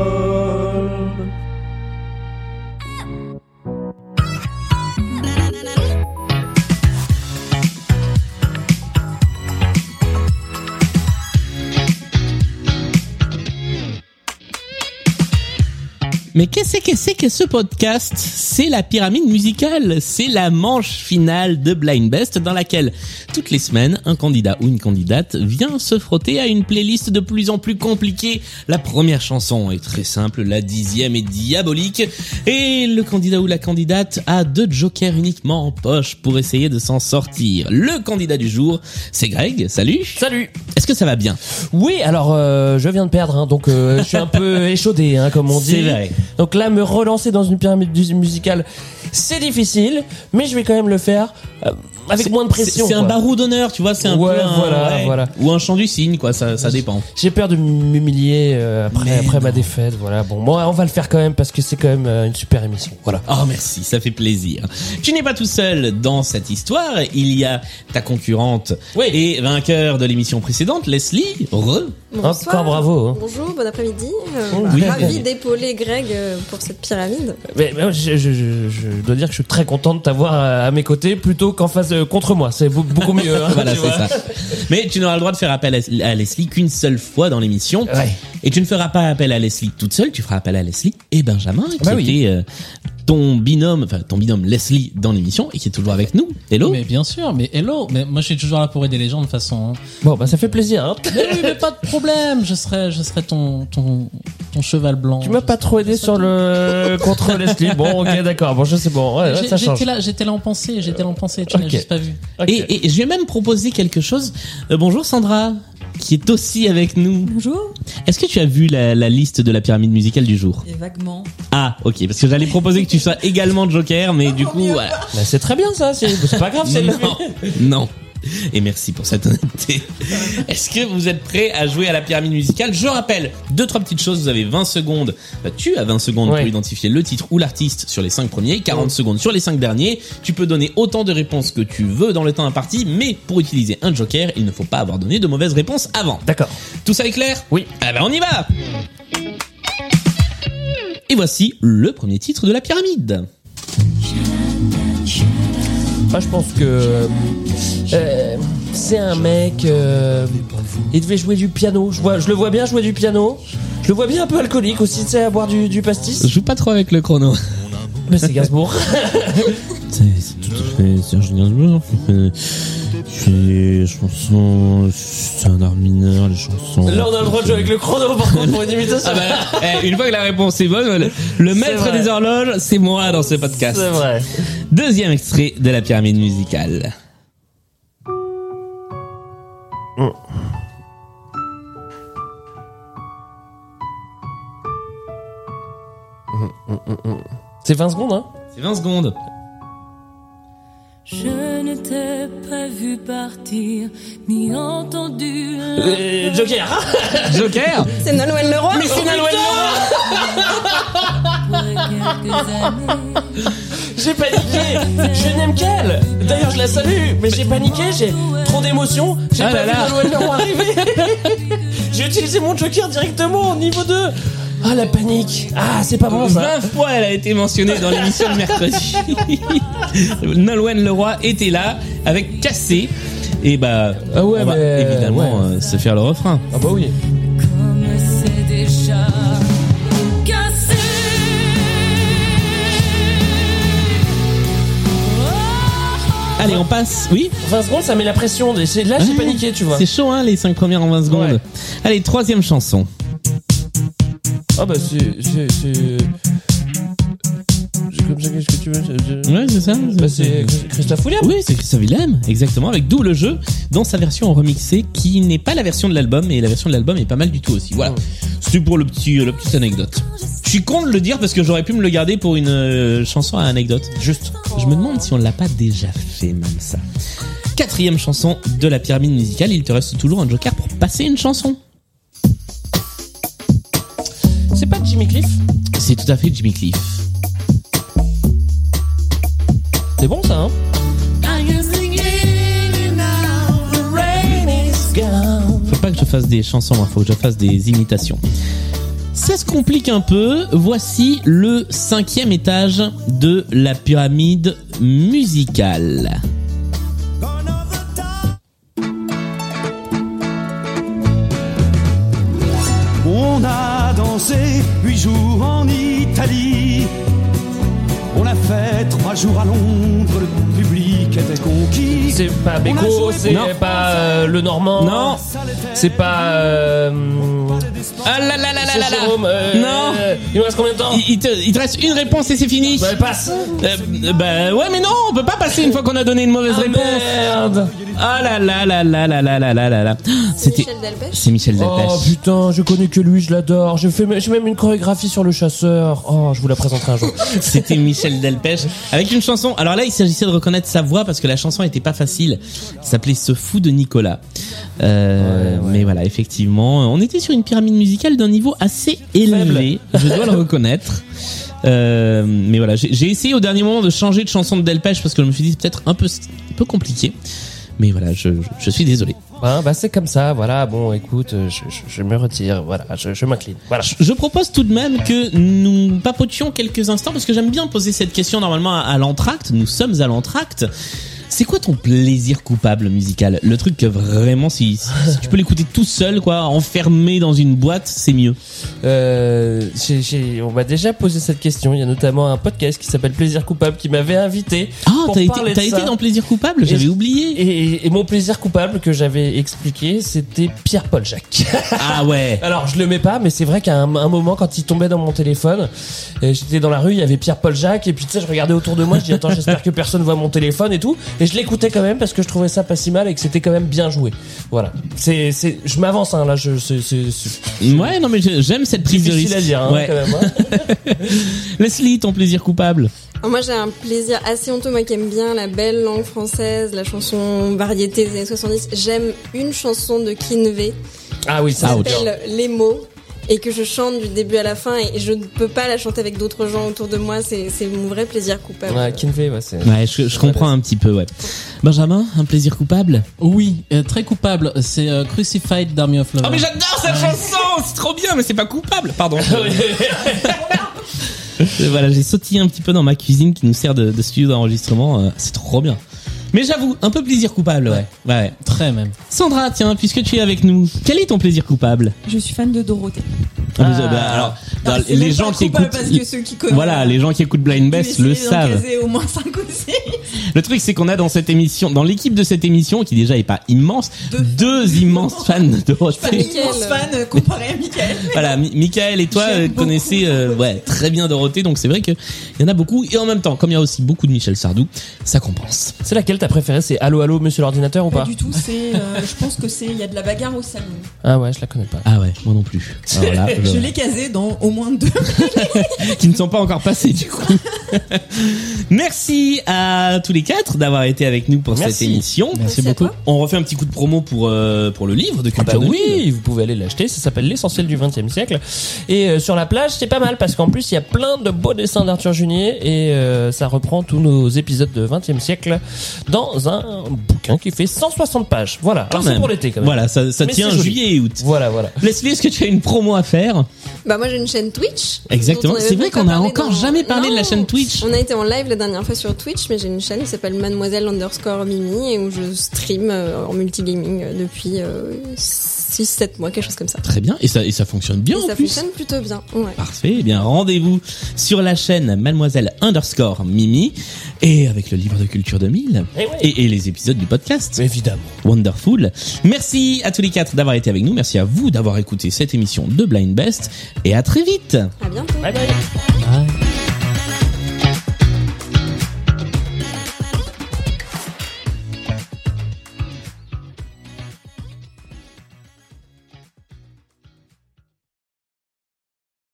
Microstodome. Mais qu'est-ce que c'est que ce podcast C'est la pyramide musicale, c'est la manche finale de Blind Best dans laquelle toutes les semaines un candidat ou une candidate vient se frotter à une playlist de plus en plus compliquée. La première chanson est très simple, la dixième est diabolique et le candidat ou la candidate a deux jokers uniquement en poche pour essayer de s'en sortir. Le candidat du jour, c'est Greg. Salut. Salut Est-ce que ça va bien Oui, alors euh, je viens de perdre, hein, donc euh, je suis un peu échaudé, hein, comme on dit. C'est vrai. Donc là, me relancer dans une pyramide du- musicale, c'est difficile, mais je vais quand même le faire euh, avec moins de pression. C'est c'est un quoi. barreau d'honneur, tu vois, c'est un Ouais, peu un- voilà, voilà. ou un chant du signe, quoi. Ça, ça dépend. J'ai peur de m'humilier euh, après, Mais après ma non. défaite. Voilà. Bon, moi, on va le faire quand même parce que c'est quand même euh, une super émission. Voilà. Oh merci, ça fait plaisir. Tu n'es pas tout seul dans cette histoire. Il y a ta concurrente Oui. et vainqueur de l'émission précédente, Leslie. Re. Bonsoir. Encore bravo, hein. Bonjour, bon après-midi. Euh, Oh, bah, oui. Ravi d'épauler Greg euh, pour cette pyramide. Mais, mais je, je- je- je dois dire que je suis très content de t'avoir euh, à, à mes côtés plutôt qu'en face euh, contre moi. C'est beau- beaucoup mieux. hein, Voilà, tu c'est vois. ça. Mais tu n'auras le droit de faire appel à à Leslie qu'une seule fois dans l'émission. Ouais. Et tu ne feras pas appel à Leslie toute seule, tu feras appel à Leslie et Benjamin, qui Bah oui. était euh, ton binôme, enfin ton binôme Leslie dans l'émission et qui est toujours avec nous. Hello. Mais bien sûr, mais hello, mais moi je suis toujours là pour aider les gens de toute façon. hein. Bon, bah ça fait plaisir. hein. Mais oui, mais pas de problème, je serai, je serai ton, ton, ton cheval blanc. Tu m'as pas trop aidé sur le contre Leslie. Bon, ok, d'accord. Bon, je sais bon. Ouais, ouais, J'ai- Ah, ça change. J'étais là, j'étais là en pensée, j'étais là en pensée, tu n'as Ok. juste pas vu. Ok. Et, et je vais même proposer quelque chose. Euh, bonjour Sandra, qui est aussi avec nous. Bonjour. Est-ce que tu as vu la, la liste de la pyramide musicale du jour Et vaguement. Ah, ok, parce que j'allais proposer que tu sois également Joker, Ah, mais du coup, voilà. Bah, c'est très bien ça. C'est c'est pas grave. C'est le- non, non. Et merci pour cette honnêteté. Est-ce que vous êtes prêts à jouer à la pyramide musicale Je rappelle, deux, trois petites choses. Vous avez 20 secondes. Bah, tu as 20 secondes pour Ouais. identifier le titre ou l'artiste sur les 5 premiers, 40 secondes sur les 5 derniers. Tu peux donner autant de réponses que tu veux dans le temps imparti, mais pour utiliser un joker, il ne faut pas avoir donné de mauvaises réponses avant. D'accord. Tout ça est clair Oui. Ah ben on y va Et voici le premier titre de la pyramide. Moi, je pense que euh, c'est un mec. euh, il devait jouer du piano. Je vois, je le vois bien jouer du piano. Je le vois bien un peu alcoolique aussi. Tu sais, à boire du, du pastis. joue pas trop avec le chrono. Mais c'est Gainsbourg. C'est c'est tout à fait Serge Gainsbourg. Euh, C'est les chansons, euh, c'est un art mineur, les chansons. Là, on a le droit de jouer avec le chrono par contre pour une imitation. Ah bah, eh, une fois que la réponse est bonne, le, le maître vrai. des horloges, c'est moi dans ce podcast. C'est vrai. Deuxième extrait de la pyramide musicale. C'est 20 secondes, hein C'est 20 secondes. Je ne t'ai pas vu partir, ni entendu. Euh, Joker. Joker C'est Nolwenn Leroy. Mais c'est Nolwenn Leroy. J'ai paniqué. Je n'aime qu'elle. D'ailleurs, je la salue, mais j'ai paniqué. J'ai trop d'émotions. J'ai Ah là pas là. vu Nolwenn Leroy arriver. j'ai utilisé mon Joker directement au niveau 2. Ah la panique. Ah c'est pas bon ça. 20 fois elle a été mentionnée dans l'émission de mercredi. Nolwenn Leroy était là avec Cassé. Et bah, Ah ouais, on va mais- évidemment ouais. euh, se faire le refrain. Ah bah oui. Comme c'est déjà cassé. Allez, on passe. Oui 20 secondes, ça met la pression. Et c'est- Là Ah, j'ai Ouais. paniqué, tu vois. C'est chaud, hein, les 5 premières en 20 secondes. Ouais. Allez, troisième chanson. Ah bah c'est c'est c'est. C'est comme ça qu'est-ce que tu veux. c'est- c'est- Ouais, c'est ça Bah c'est Christophe Willem. Oui, c'est Christophe Willem, exactement, avec D'où le jeu, dans sa version remixée, qui n'est pas la version de l'album, et la version de l'album est pas mal du tout aussi. Voilà. C'est pour le petit, euh, la petite anecdote. Je suis con de le dire parce que j'aurais pu me le garder pour une euh, chanson à anecdote. Juste. Je me demande si on l'a pas déjà fait, même ça. Quatrième chanson de la pyramide musicale, il te reste toujours un joker pour passer une chanson. C'est pas Jimmy Cliff. C'est tout à fait Jimmy Cliff. C'est bon ça. Hein Faut pas que je fasse des chansons, il faut que je fasse des imitations. Ça se complique un peu. Voici le cinquième étage de la pyramide musicale. On a dansé huit jours en Italie. On a fait trois jours à Londres, le public était conquis. C'est pas On Beko, a joué- c'est Non. pas euh, le Normand. Non. C'est pas. euh, Bah Ah là là là là là c'est là. Jérôme, euh, Non. euh, Il me reste combien de temps Il, il te, il te reste une réponse et c'est fini. Bah, passe. Euh, bah ouais mais non, on peut pas passer une fois qu'on a donné une mauvaise Ah, réponse. merde. Ah là là là là là là là là là là. C'était Michel Delpech. c'est Michel Delpech. Oh putain, je connais que lui, je l'adore. J'ai fait, j'ai même une chorégraphie sur le chasseur. Oh, je vous la présenterai un jour. C'était Michel Delpech avec une chanson. Alors là, il s'agissait de reconnaître sa voix parce que la chanson était pas facile. Elle s'appelait "Ce fou de Nicolas". Euh, Mais voilà, effectivement, on était sur une pyramide musicale d'un niveau assez élevé. Je dois le reconnaître. Euh, mais voilà, j'ai j'ai essayé au dernier moment de changer de chanson de Delpech parce que je me suis dit c'est peut-être un peu un peu compliqué. Mais voilà, je, je- je suis désolé. Hein, bah, c'est comme ça. Voilà. Bon, écoute, euh, je, je- je me retire. Voilà, je, je m'incline. Voilà. Je propose tout de même que nous papotions quelques instants parce que j'aime bien poser cette question normalement à, à l'entracte. Nous sommes à l'entracte. C'est quoi ton plaisir coupable musical Le truc que vraiment, si, si tu peux l'écouter tout seul, quoi, enfermé dans une boîte, c'est mieux. Euh, j'ai- j'ai- on m'a déjà posé cette question. Il y a notamment un podcast qui s'appelle Plaisir coupable qui m'avait invité. Ah, pour t'as été, parler de t'as ça. été dans plaisir coupable Et- J'avais oublié. Et, et mon plaisir coupable que j'avais expliqué, c'était Pierre-Paul Jacques. Ah ouais. Alors je le mets pas, mais c'est vrai qu'à un, un moment quand il tombait dans mon téléphone, euh, j'étais dans la rue, il y avait Pierre-Paul Jacques, et puis tu sais, je regardais autour de moi, je dis attends, j'espère que personne voit mon téléphone et tout, et je l'écoutais quand même parce que je trouvais ça pas si mal et que c'était quand même bien joué. Voilà, c'est, c'est, je m'avance hein, là, je, c'est, c'est, c'est Ouais, non mais je- j'aime cette prise de risque. difficile à dire hein, Ouais. quand même. hein. Leslie, ton plaisir coupable Alors Moi, j'ai un plaisir assez honteux, moi qui aime bien la belle langue française, la chanson variété des années 70. J'aime une chanson de Kinvey Ah oui, qui ça. c'est dur. s'appelle Les mots et que je chante du début à la fin et je ne peux pas la chanter avec d'autres gens autour de moi. C'est c'est mon vrai plaisir coupable. Ouais, Kinvey, ouais, c'est. Ouais, je, je comprends un petit peu, ouais. Benjamin, un plaisir coupable Oui, euh, très coupable. C'est euh, Crucified d'Army of Ah, Love. Ah, j'adore cette chanson C'est trop bien, mais c'est pas coupable Pardon. Euh, voilà, j'ai sautillé un petit peu dans ma cuisine qui nous sert de, de studio d'enregistrement. euh, c'est trop bien. Mais j'avoue, un peu plaisir coupable, ouais. ouais. ouais. Très même. Sandra, tiens, puisque tu es avec nous, quel est ton plaisir coupable Je suis fan de Dorothée. Ah, mais, euh, bah, Alors, dans- Alors, c'est les même gens pas qui coupable écoutent, Parce que ceux qui connaissent. voilà, les gens qui écoutent Blind je vais Best le essayer d'en savent. caser au moins 5 ou 6. Le truc, c'est qu'on a dans cette émission, dans l'équipe de cette émission, qui déjà est pas immense, deux, Deux. immenses fans de Pas Dorothée. immense fan euh, comparé à Michael. Voilà, Mi- Michael et toi J'aime euh, beaucoup connaissez euh, ouais, très bien Dorothée, donc c'est vrai qu'il y en a beaucoup. Et en même temps, comme il y a aussi beaucoup de Michel Sardou, ça compense. C'est laquelle t'as préférée C'est Allô Allô Monsieur l'ordinateur ou Pas pas du tout, c'est. euh, je pense que c'est. Il y a de la bagarre au salon. Ah ouais, je la connais pas. Ah ouais, moi non plus. Alors là, Je Ah, je- l'ai casé dans au moins deux. qui ne sont pas encore passés du coup. Merci à tous les quatre d'avoir été avec nous pour Merci. cette émission. Merci Merci à beaucoup. toi. On refait un petit coup de promo pour euh, pour le livre de Ah Culture bah 2000. oui, vous pouvez aller l'acheter, ça s'appelle L'essentiel du XXe siècle. Et euh, sur la plage, c'est pas mal parce qu'en plus, il y a plein de beaux dessins d'Arthur Junier et euh, ça reprend tous nos épisodes de XXe siècle dans un bouquin qui fait 160 pages. Voilà, Quand Alors, c'est même. pour l'été quand même. Voilà, ça, ça Mais tient c'est joli. juillet et août. Voilà, voilà. Leslie, est-ce que tu as une promo à faire Bah moi j'ai une chaîne Twitch. Exactement. dont on avait C'est vrai pas qu'on a parlé encore jamais parlé de la chaîne Twitch. On a été en live la dernière fois sur Twitch, mais j'ai une chaîne qui s'appelle Mademoiselle underscore Mimi et où je stream euh, en multigaming euh, depuis 6-7 mois, quelque chose comme ça. Très bien, et ça et ça fonctionne bien Et en ça plus. fonctionne plutôt bien. Ouais. Parfait, eh bien rendez-vous sur la chaîne mademoiselle underscore Mimi et avec le livre de Culture 2000 Eh ouais. et, et les épisodes du podcast. Évidemment. Wonderful. Merci à tous les quatre d'avoir été avec nous. Merci à vous d'avoir écouté cette émission de Blind Best. Et à très vite. À bientôt. Bye bye. Ouais.